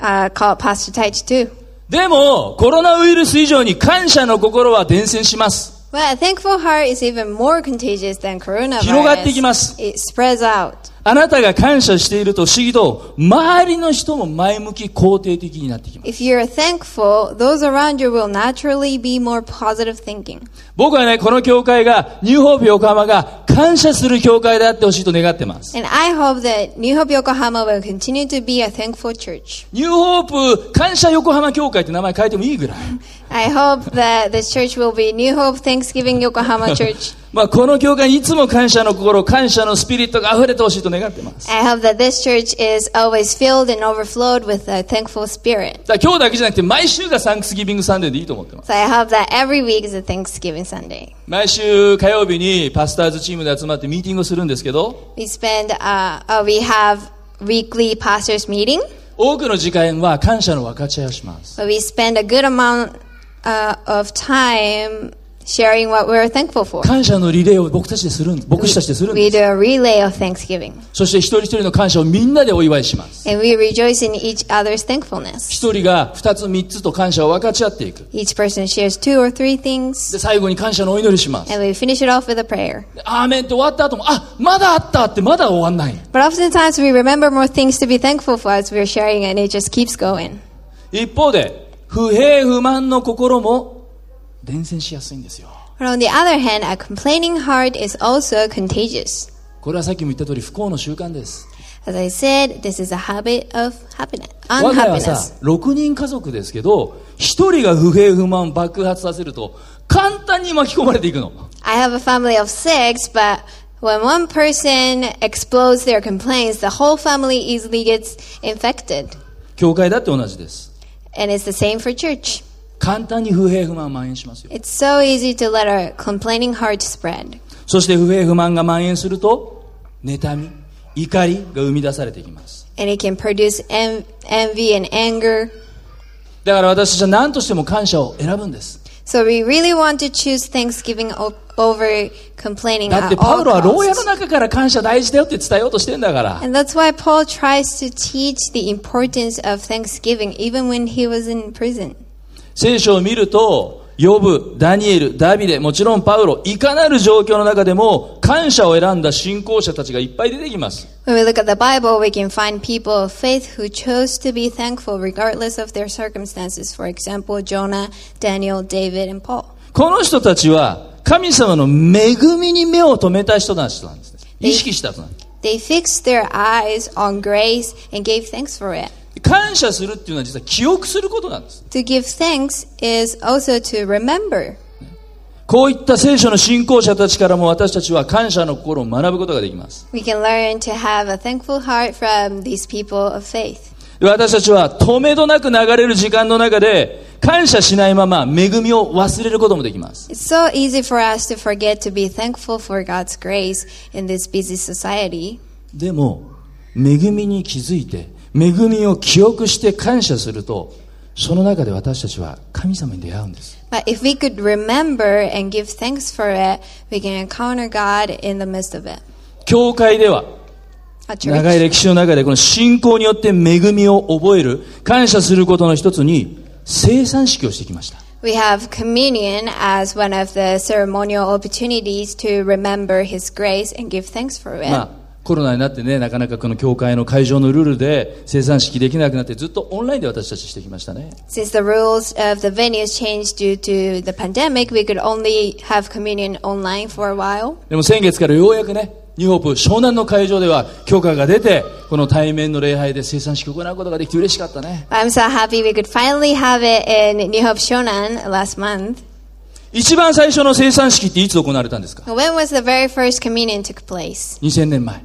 S2: uh, called Pastor Taich too.
S1: でも、コロナウイルス以上に感謝の心は伝染します。
S2: Well, a thankful heart is even more contagious than
S1: 広がっていきます。
S2: coronavirus. It spreads out.
S1: あなたが感謝していると不思議と、周りの人も前向き肯定的になってきます。
S2: If you're thankful, those around you will naturally be more positive thinking.
S1: 僕はね、この教会が、ニューホープ横浜が感謝する教会であってほしいと願ってます。
S2: And I hope that New Hope Yokohama will continue to be a thankful church.
S1: ニューホープ感謝横浜教会って名前変えてもいいぐらい。
S2: I hope that this church will be New Hope Thanksgiving Yokohama Church.
S1: まあ、この教会にいつも感謝の心、感謝のスピリットが溢れてほしいと願ってます。
S2: I hope that this church is always filled and overflowed with a thankful spirit.
S1: だから今日だけじゃなくて、毎週がサンクスギビングサンデーでいいと思ってます。
S2: So I hope that every week is a Thanksgiving Sunday.
S1: 毎週火曜日にパスターズチームで集まってミーティングをするんですけど、
S2: We spend, uh, uh, we have weekly pastors meeting,
S1: 多くの時間は感謝の分かち合いをします。
S2: but we spend a good amount uh, of time sharing what we're thankful for.
S1: 感謝のリレーを僕たちでするんです。牧師たちでするん
S2: We
S1: です。
S2: do a relay of Thanksgiving,
S1: そして一人一人の感謝をみんなでお祝いします。
S2: and we rejoice in each other's thankfulness.
S1: 一人が二つ三つと感謝を分かち合っていく。
S2: Each person shares two or three
S1: で、
S2: things,
S1: 最後に感謝のお祈りします。
S2: and we finish it off with a prayer.
S1: でアーメンって終わった後も、あ、まだあったってまだ終わんない。
S2: But oftentimes we remember more things to be thankful for as we're sharing, and it just keeps going.
S1: 一方で、不平不満の心も伝染しやすいんですよ。
S2: But on the other hand, a complaining heart is also contagious.
S1: これはさっきも言った通り不幸の習慣です。
S2: As I said, this is a habit of happiness,
S1: 我が家はさ
S2: unhappiness.、
S1: 6人家族ですけど、一人が不平不満を爆発させると、簡単に巻き込まれていくの。
S2: I have a family of six, but when one person explodes their complaints, the whole family easily gets infected.
S1: 教会だって同じです。
S2: And it's the same for church.
S1: 簡単に不平不満蔓延しますよ。
S2: It's so easy to let our complaining heart spread.
S1: そして不平不満が蔓延すると、妬み、怒りが生み出されていきます。
S2: And it can produce en- envy and anger.
S1: だから私たちは何としても感謝を選ぶんです。
S2: So we really want to choose thanksgiving o- over complaining
S1: だっ
S2: at
S1: てパウ
S2: all
S1: ロは牢屋の
S2: costs.
S1: 中から感謝大事だよって伝えようとしてんだから。
S2: And that's why Paul tries to teach the importance of thanksgiving even when he was in prison.
S1: 聖書を見ると、ヨブ、ダニエル、ダビデ、もちろんパウロ、いかなる状況の中でも感謝を選んだ信仰者たちがいっぱい出てきます。
S2: When we look at the Bible, we can find people of faith who chose to be thankful regardless of their circumstances. For example, Jonah, Daniel, David, and Paul.
S1: この人たちは神様の恵みに目を留めた人たちなんですね。意識した人なんです。
S2: They fixed their eyes on grace and gave thanks for it.
S1: 感謝するっていうのは実は記憶することなんです。
S2: To give thanks is also to remember.
S1: こういった聖書の信仰者たちからも私たちは感謝の心を学ぶことができます。
S2: We can learn to have a thankful heart from these people of faith.
S1: で私たちは止めどなく流れる時間の中で感謝しないまま恵みを忘れることもできます。
S2: It's so easy for us to forget to be thankful for God's grace in this busy society.
S1: でも、恵みに気づいて、恵みを記憶して感謝すると、その中で私たちは神様に出会うんです。
S2: But if we could remember and give thanks for it, we can encounter God in the midst of it.
S1: 教会では、
S2: At
S1: 長
S2: church.
S1: い歴史の中でこの信仰によって恵みを覚える、感謝することの一つに、生産式をしてきました。
S2: We have communion as one of the ceremonial opportunities to remember His grace and give thanks for it.
S1: まあ、コロナになってね、なかなかこの教会の会場のルールで生産式できなくなってずっとオンラインで私たちしてきましたね。
S2: Since the rules of the venues changed due to the pandemic, we could only have communion online for a while.
S1: でも先月からようやくね、ニューホープ湘南の会場では許可が出て、この対面の礼拝で生産式を行うことができて嬉しかったね。
S2: I'm so happy we could finally have it in New Hope Shonan last month.
S1: 一番最初の生産式っていつ行われたんですか
S2: When was the very first communion took place?
S1: ?2000 年前。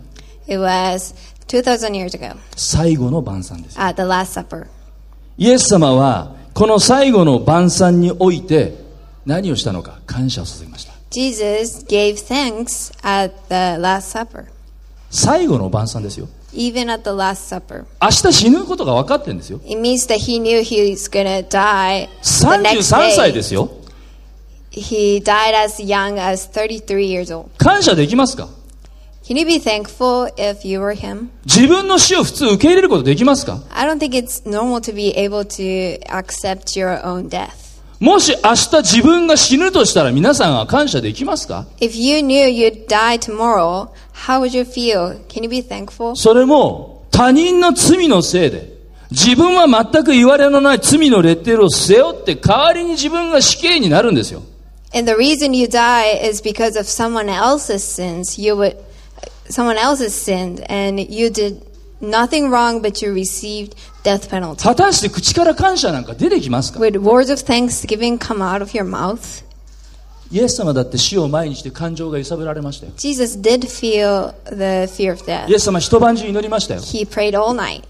S2: It was 2,000 years ago
S1: 最後の晩餐です。
S2: at the Last Supper.
S1: イエス様は、この最後の晩餐において、何をしたのか感謝を注ぎました。
S2: Jesus gave thanks at the Last Supper,
S1: 最後の晩餐ですよ。
S2: even at the Last Supper.
S1: 明日死ぬことが分かってるんですよ。
S2: It means that he knew he was gonna die the
S1: 33
S2: next
S1: 歳
S2: day.
S1: ですよ。
S2: He died as young as 33 years old.
S1: 感謝できますか
S2: Can you be thankful if you were him?
S1: 自分の死を普通受け入れることできますか
S2: I don't think it's normal to be able to accept your own death.
S1: もし明日自分が死ぬとしたら皆さんは感謝できますか
S2: If you knew you'd die tomorrow, how would you feel? Can you be thankful?
S1: それも他人の罪のせいで、自分は全く言われのない罪のレッテルを背負って代わりに自分が死刑になるんですよ。
S2: And the reason you die is because of someone else's sins. You would someone else's sinned and you did nothing wrong but you received death penalty.
S1: 果たして口から感謝なんか出てきますか
S2: Would words of thanksgiving come out of your mouth?
S1: イエス様だって死を前にして感情が揺さぶられましたよ。
S2: Jesus did feel the fear of death.
S1: イエス様一晩中祈りましたよ。
S2: He prayed all night,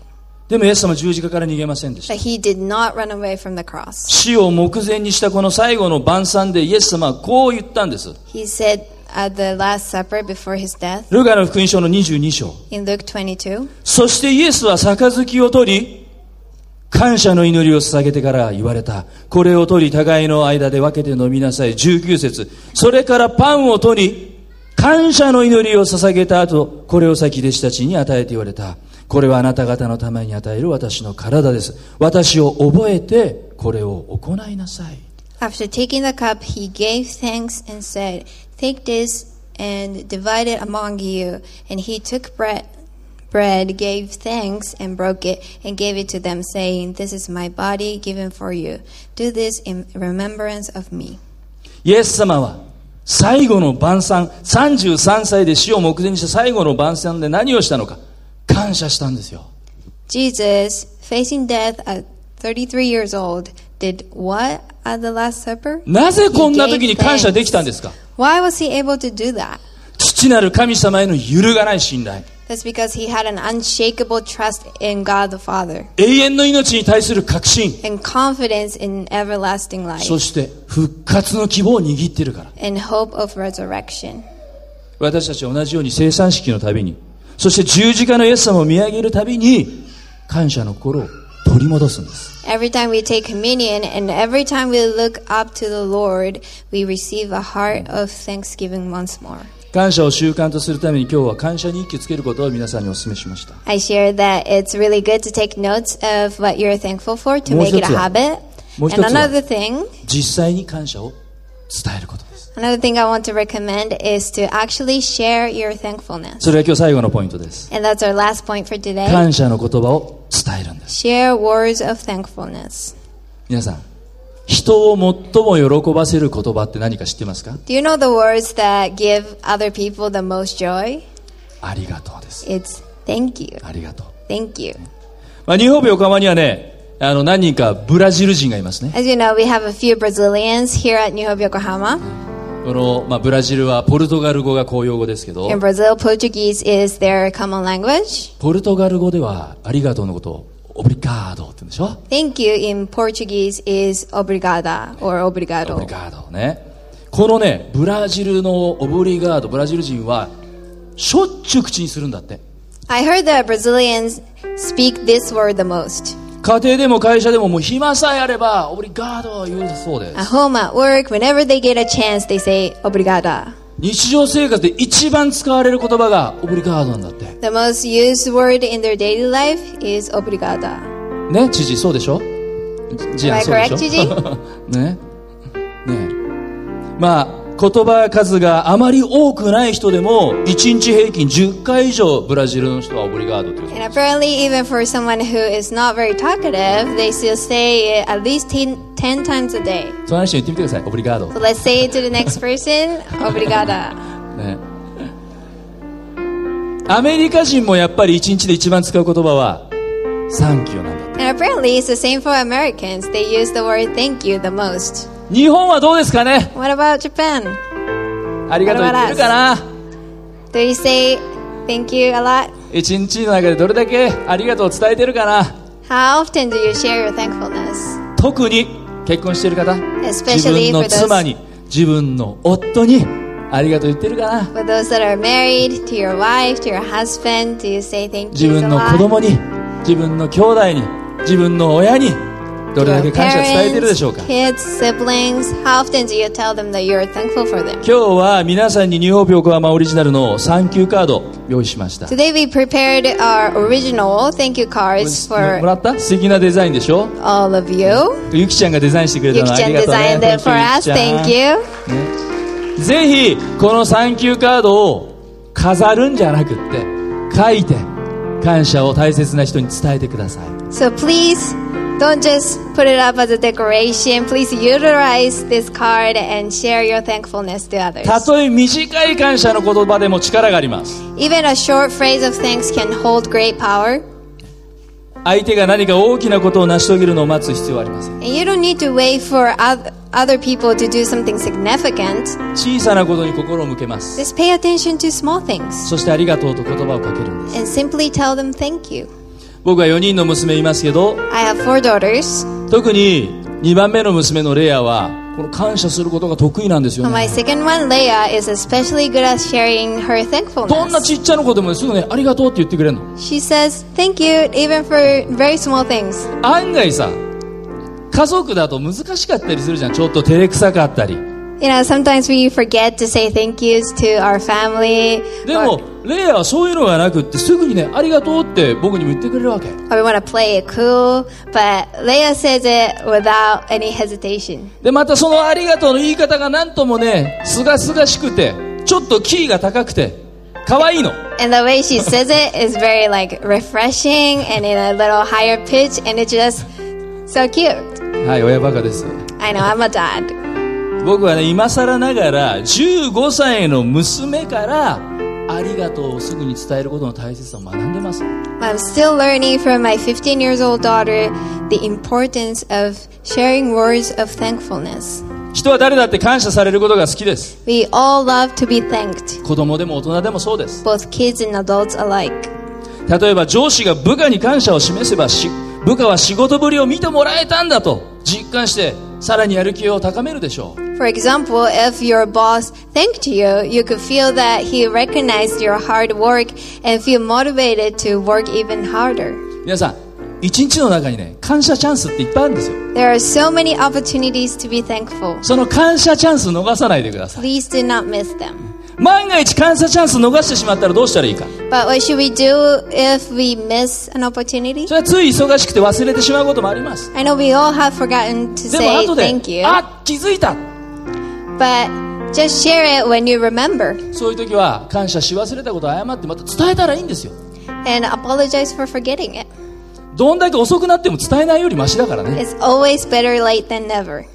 S1: でもイエス様十字架から逃げませんでした。
S2: but he did not run away from the cross.
S1: 死を目前にしたこの最後の晩餐でイエス様はこう言ったんです。
S2: He said at the Last Supper before his death
S1: ルカの福音書の22章。
S2: in Luke 22
S1: そしてイエスは杯を取り、感謝の祈りを捧げてから言われた。これを取り、互いの間で分けて飲みなさい。19節。それからパンを取り、感謝の祈りを捧げた後、これを先弟子たちに与えて言われた。これはあなた方のために与える私の体です。私を覚えて、これを行いなさい。
S2: After taking the cup, he gave thanks and said, Take this and divide it among you. And he took bread, bread, gave thanks, and broke it, and gave it to them, saying, This is my body given for you. Do this in remembrance of me.
S1: イエス様は最後の晩餐、33歳で死を目前にした最後の晩餐で何をしたのか、感謝したんですよ。
S2: Jesus, facing death at 33 years old, did what at the Last Supper?
S1: なぜこんな時に感謝できたんですか
S2: Why was he able to do that?
S1: 父なる神様への揺るがない信頼。
S2: That's because he had an unshakable trust in God the Father.
S1: 永遠の命に対する確信。
S2: and confidence in everlasting life
S1: そして復活の希望を握ってるから。
S2: and hope of resurrection.
S1: 私たちは同じように生産式のたびに、そして十字架のイエス様を見上げるたびに、感謝の心を取り戻すんです。
S2: Every time we take communion and every time we look up to the Lord, we receive a heart of thanksgiving once more.
S1: 感謝を習慣とするために今日は感謝日記をつけることを皆さんにお勧めしました。
S2: I share that it's really good to take notes of what you're thankful for to
S1: もう一つは
S2: make it a habit.
S1: もう一つは
S2: And another thing,
S1: 実際に感謝を伝えることです。
S2: another thing I want to recommend is to actually share your thankfulness.
S1: それが今日最後のポイントです。
S2: And that's our last point for today.
S1: 感謝の言葉を伝えるんです。
S2: Share words of thankfulness.
S1: 皆さん、人を最も喜ばせる言葉って何か知ってますか
S2: Do you know the words that give other people the most joy?
S1: ありがとうです。
S2: It's thank you,
S1: ありがとう。
S2: thank you.
S1: まあ、ニューホープ横浜にはね、あの、何人かブラジル人がいますね。
S2: As you know, we have a few Brazilians here at New Hope Yokohama.
S1: この、まあ、ブラジルはポルトガル語が公用語ですけど、
S2: In Brazil, Portuguese is their common language.
S1: ポルトガル語ではありがとうのことをオブリガードって言うんでしょ
S2: Thank you in Portuguese is obrigada or
S1: オブリ
S2: obrigado.
S1: ガードね。このね、ブラジルのオブリガード、ブラジル人は、しょっちゅう口にするんだって。
S2: I heard that Brazilians speak this word the most.
S1: 家庭でも会社でももう暇さえあれば、オブリガード言うそうです
S2: At。home, at work, whenever they get a chance, they say obrigada.
S1: 日常生活で一番使われる言葉がオブリガードなんだって。
S2: The most used word in their daily life is obrigada.
S1: ね、知事、そうでしょじゃあ、
S2: Am I
S1: そうでしょ
S2: correct, 知 事
S1: ね。ね。まあ、言葉数があまり多くない人でも、1日平均10回以上ブラジルの人はオブリガードっていう。
S2: And apparently, even for someone who is not very talkative, they still say it at least 10, 10 times a day.
S1: その人言ってみてください、オブリガード。
S2: So let's say it to the next person, obrigada.
S1: ね。アメリカ人もやっぱり1日で一番使う言葉は、サンキューなんだって。
S2: And apparently, it's the same for Americans. They use the word thank you the most.
S1: 日本はどうですかね
S2: What about Japan?
S1: ありがとう言ってるかな
S2: Do you say thank you a lot?
S1: 一日の中でどれだけありがとうを伝えてるかな
S2: How often do you share your thankfulness?
S1: 特に結婚してる方
S2: Especially
S1: 自分の妻に自分の夫にありがとう言ってるかな
S2: For those that are married, to your wife, to your husband, do you say thank
S1: 自
S2: you a
S1: 分の子
S2: lot?
S1: 供に自分の兄弟に自分の親にど
S2: To
S1: れだ
S2: your
S1: け感謝伝えてるでしょうか
S2: parents, kids, siblings, how often do you tell them that you're thankful for them?
S1: 今日は皆さんにニューホープ横浜オリジナルのサンキューカード用意しました
S2: Today we prepared our original thank you cards
S1: もも
S2: for
S1: らった素敵なデザインでしょ
S2: all of you.
S1: ゆきちゃんがデザインしてくれ
S2: You
S1: たのあり
S2: can
S1: がとうね
S2: design them for us.
S1: ゆきちゃん
S2: Thank you.
S1: ぜひこのサンキューカードを飾るんじゃなくって書いて感謝を大切な人に伝えてください
S2: So please don't just put it up as a decoration. Please utilize this card and share your thankfulness to others.
S1: たとえ短い感謝の言葉でも力があります
S2: Even a short phrase of thanks can hold great power.
S1: 相手が何か大きなことを成し遂げるのを待つ必要はありません
S2: And you don't need to wait for oth- other people to do something significant.
S1: 小さなことに心を向けます
S2: Just pay attention to small things
S1: そしてありがとうと言葉をかけるんです
S2: and simply tell them thank you.
S1: 僕は4人の娘いますけど
S2: I have four daughters.
S1: 特に2番目の娘のレアはこの感謝することが得意なんですよ
S2: My
S1: ね
S2: second one, Leia, is especially good at sharing her
S1: どんな
S2: thankfulness.
S1: ちっちゃなことでもすぐねありがとうって言ってくれるの
S2: She says thank you even for very small things.
S1: 案外さ家族だと難しかったりするじゃんちょっと照れくさかったり
S2: You know, sometimes we forget to say thank yous to our family.
S1: で
S2: or-
S1: もレイヤはそういうのがなくってすぐにね「ありがとう」って僕にも言ってくれるわけ
S2: or we want to play it cool, but Leia says it without any hesitation.
S1: でまたその「ありがとう」の言い方がなんともねすがすがしくてちょっとキーが高くて可愛いの
S2: And the way she says it is very like refreshing and in a little higher pitch, and it's just so cute.
S1: はい親バカです
S2: I know I'm a dad.
S1: 僕はね今更ながら15歳の娘から「ありがとう」をすぐに伝えることの大切さを学んでます
S2: I'm still learning from my 15 years old daughter the importance of sharing words of thankfulness.
S1: 人は誰だって感謝されることが好きです
S2: We all love to be thanked,
S1: 子供でも大人でもそうです
S2: both kids and adults alike.
S1: 例えば上司が部下に感謝を示せばし部下は仕事ぶりを見てもらえたんだと実感してさらにやる気を高めるでしょう
S2: For example, if your boss thanked you, you could feel that he recognized your hard work and feel motivated to work even harder.
S1: 皆さん一日の中にね感謝チャンスっていっぱいあるんですよ
S2: There are so many opportunities to be thankful.
S1: その感謝チャンス逃さないでください
S2: Please do not miss them.
S1: 万が一感謝チャンス逃してしまったらどうしたらいいか
S2: But what should we do if we miss an opportunity?
S1: それはつい忙しくて忘れてしまうこともあります
S2: I know we all have forgotten to
S1: でも
S2: say
S1: 後で
S2: thank you,
S1: あ気づいた
S2: but just share it when you remember
S1: そういう時は感謝し忘れたことを謝ってまた伝えたらいいんですよ
S2: and apologize for forgetting it.
S1: どんだけ遅くなっても伝えないよりマシだからね
S2: It's always better late than never.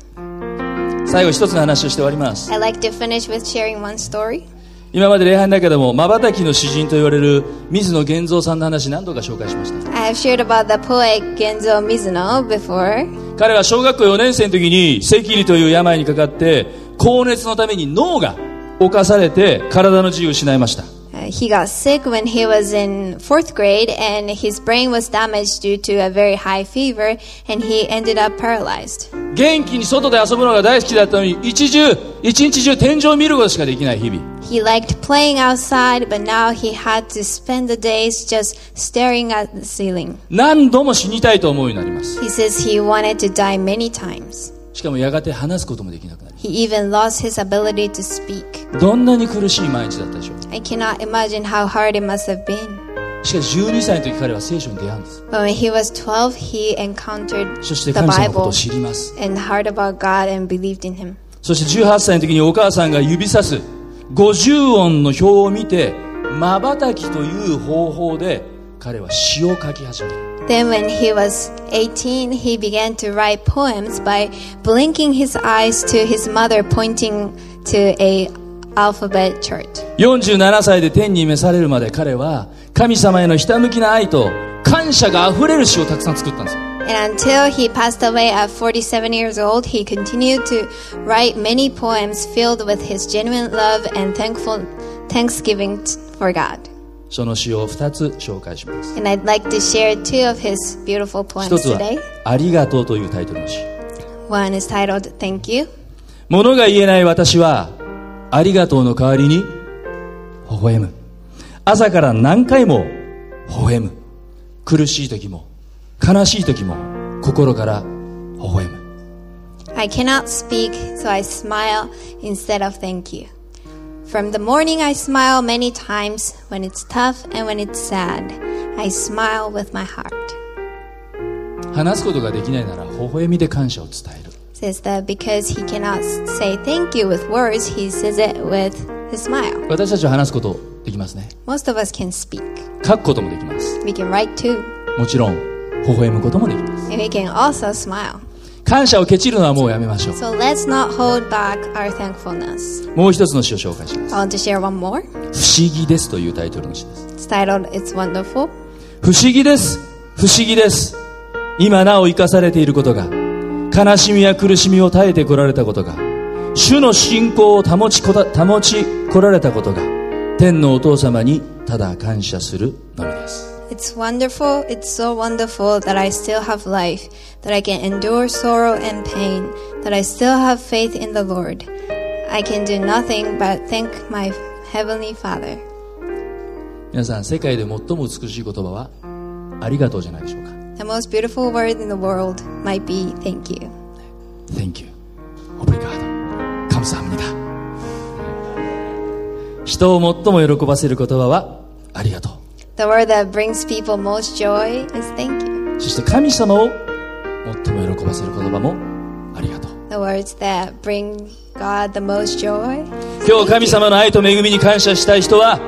S1: 最後一つの話をして終わります
S2: I like to finish with sharing one story.
S1: え今まで礼拝の中でも、瞬きの詩人と言われる水野源三さんの話何度か紹介しました。
S2: I have shared about the poet Genzo Mizuno before.
S1: 彼は小学校4年生の時に、赤痢という病にかかって、高熱のために脳が侵されて、体の自由を失いました。
S2: Uh, he got sick when he was in fourth grade, and his brain was damaged due to a very high fever, and he ended up paralyzed.
S1: 元気に外で遊ぶのが大好きだったのに、一中、一日中天井を見ることしかできない日々。
S2: He liked playing outside, but now he had to spend the days just staring at the ceiling.
S1: 何度も死にたいと思うようになります。
S2: He says he wanted to die many times.
S1: しかもやがて話すこともできなくなりま
S2: He even lost his ability to speak.
S1: す。どんなに苦しい毎日だったでしょう。
S2: I cannot imagine how hard it must have been.
S1: しかし12歳の時彼は聖書に出会うんです。
S2: But when he was 12, he encountered
S1: そして
S2: the
S1: 神様のことを
S2: Bible
S1: 知ります。
S2: and heard about God and believed in him.
S1: そして18歳の時にお母さんが指さす50音の表を見て、瞬きという方法で彼は詩を書き始める。
S2: Then, when he was 18, he began to write poems by blinking his eyes to his mother, pointing to a alphabet chart.
S1: 47歳で天に召されるまで彼は神様へのひたむきな愛と感謝が溢れる詩をたくさん作ったんですよ。
S2: And until he passed away at 47 years old, he continued to write many poems filled with his genuine love and thankful thanksgiving t- for God.
S1: その詩を2つ紹介します。
S2: And I'd like to share two of his beautiful
S1: 1
S2: poems
S1: つは
S2: today.、
S1: ありがとうというタイトルの詩。
S2: One is titled "Thank You,"
S1: 物が言えない私は、ありがとうの代わりに、微笑む。朝から何回も、微笑む。苦しい時も、悲しい時も、心から、微笑む。
S2: I cannot speak, so I smile instead of thank you. From the morning, I smile many times when it's tough and when it's sad. I smile with my heart.
S1: 話すことができないなら、微笑みで感謝を伝える。
S2: Says that because he cannot s- say thank you with words, he says it with his smile.
S1: 私たちは話すことできますね。
S2: Most of us can speak.
S1: 書くこともできます。
S2: We can write too,
S1: もちろん、微笑むこともできます。
S2: and we can also smile.
S1: 感謝をケチるのはもうやめましょ
S2: So let's not hold back our thankfulness.
S1: う。もう一つの詩を紹介します。
S2: I want to share one more.
S1: 不思議ですというタイトルの詩です。
S2: It's titled "It's Wonderful."
S1: 不思議です。不思議です。今なお生かされていることが、悲しみや苦しみを耐えてこられたことが、主の信仰を保ちこた、保ちこられたことが、天のお父様にただ感謝するのみです。
S2: It's wonderful, it's so wonderful that I still have life, that I can endure sorrow and pain, that I still have faith in the Lord. I can do nothing but thank my Heavenly Father.
S1: 皆さん、世界で最も美しい言葉は、ありがとうじゃないでしょうか。
S2: The most beautiful word in the world might be thank you.
S1: Thank you. Obrigado. 感謝합니다人を最も喜ばせる言葉は、ありがとう。
S2: The word that brings people most joy is thank you.
S1: そして神様を最も喜ばせる言葉もありがとう。
S2: The words that bring God the most joy.
S1: 今日神様の愛と恵みに感謝したい人は、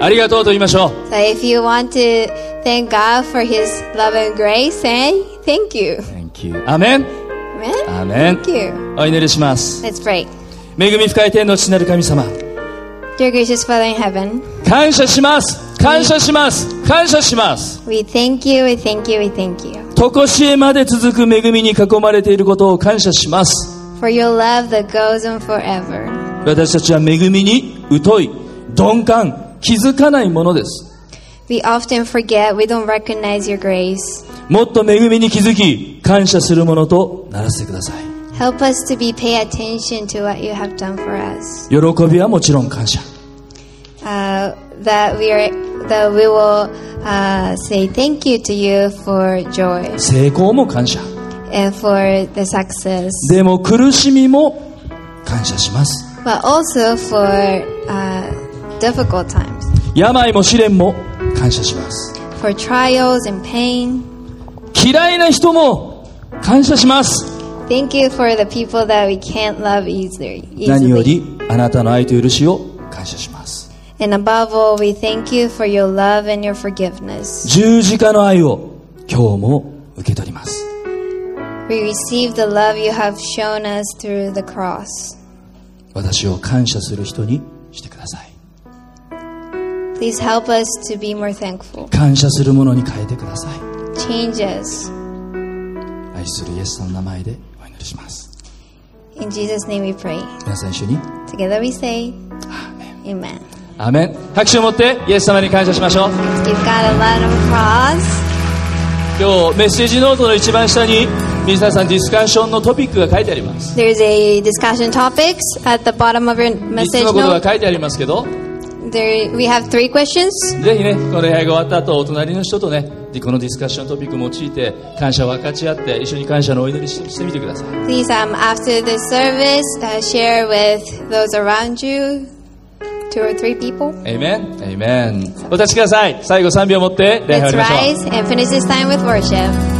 S1: ありがとうと言いましょ
S2: So if you want to thank God for His love and grace, say thank you.
S1: う。Thank you. アメン。
S2: Amen?
S1: アメン
S2: Thank。you.
S1: お祈りします。
S2: Let's pray.
S1: 恵み深い天の父なる神様。
S2: Dear gracious Father in heaven,
S1: 感謝します。感謝します。感謝します。
S2: we thank you, we thank you, we thank you
S1: とこしえまで続く恵みに囲まれていることを感謝します。
S2: for your love that goes on forever.
S1: 私たちは恵みに疎い、鈍感、気づかないものです。
S2: We often forget, we don't recognize your grace.
S1: もっと恵みに気づき、感謝するものとならせてください。
S2: Help us to be pay attention to what you have done for us.
S1: 喜びはもちろん感謝
S2: Uh, that we are, that we will uh, say thank you to you for joy
S1: 成功も感謝
S2: and for the success,
S1: でも苦しみも感謝します
S2: but also for uh, difficult times,
S1: 病も試練も感謝します
S2: for trials and pain.
S1: 嫌いな人も感謝します
S2: Thank you for the people that we can't love easily.
S1: 何よ
S2: easily.
S1: りあなたの愛と許しを感謝します
S2: And above all, we thank you for your love and your forgiveness.
S1: 十字架の愛を今日も受け取ります
S2: We receive the love you have shown us through the cross.
S1: 私を感謝する人にしてください
S2: Please help us to be more thankful.
S1: 感謝するものに変えてください
S2: Change us.
S1: 愛するイエスの名前でお祈りします
S2: In Jesus' name we pray.
S1: 皆さん一緒に
S2: Together we say,
S1: アーメン
S2: Amen.
S1: アーメン拍手を持ってイエス様に感謝しましょう
S2: Give God a lot of applause.
S1: 今日メッセージノートの一番下に水谷さんディスカッションのトピックが書いてあります
S2: There's a discussion topics at the bottom of your
S1: 3つ
S2: message
S1: のことが
S2: note.
S1: 書いてありますけど
S2: There, we have three questions.
S1: ぜひね、この礼拝が終わった後、お隣の人とね、このディスカッショントピックを用いて、感謝を分かち合って、一緒に感謝のお祈りしてしてみてください。
S2: Please, um, after the service, uh, share with those around you, two or three people.
S1: エイメンエイメンお立ちください。最後3秒持って、礼拝を終わり
S2: Let's
S1: ましょう。
S2: rise and finish this time with worship.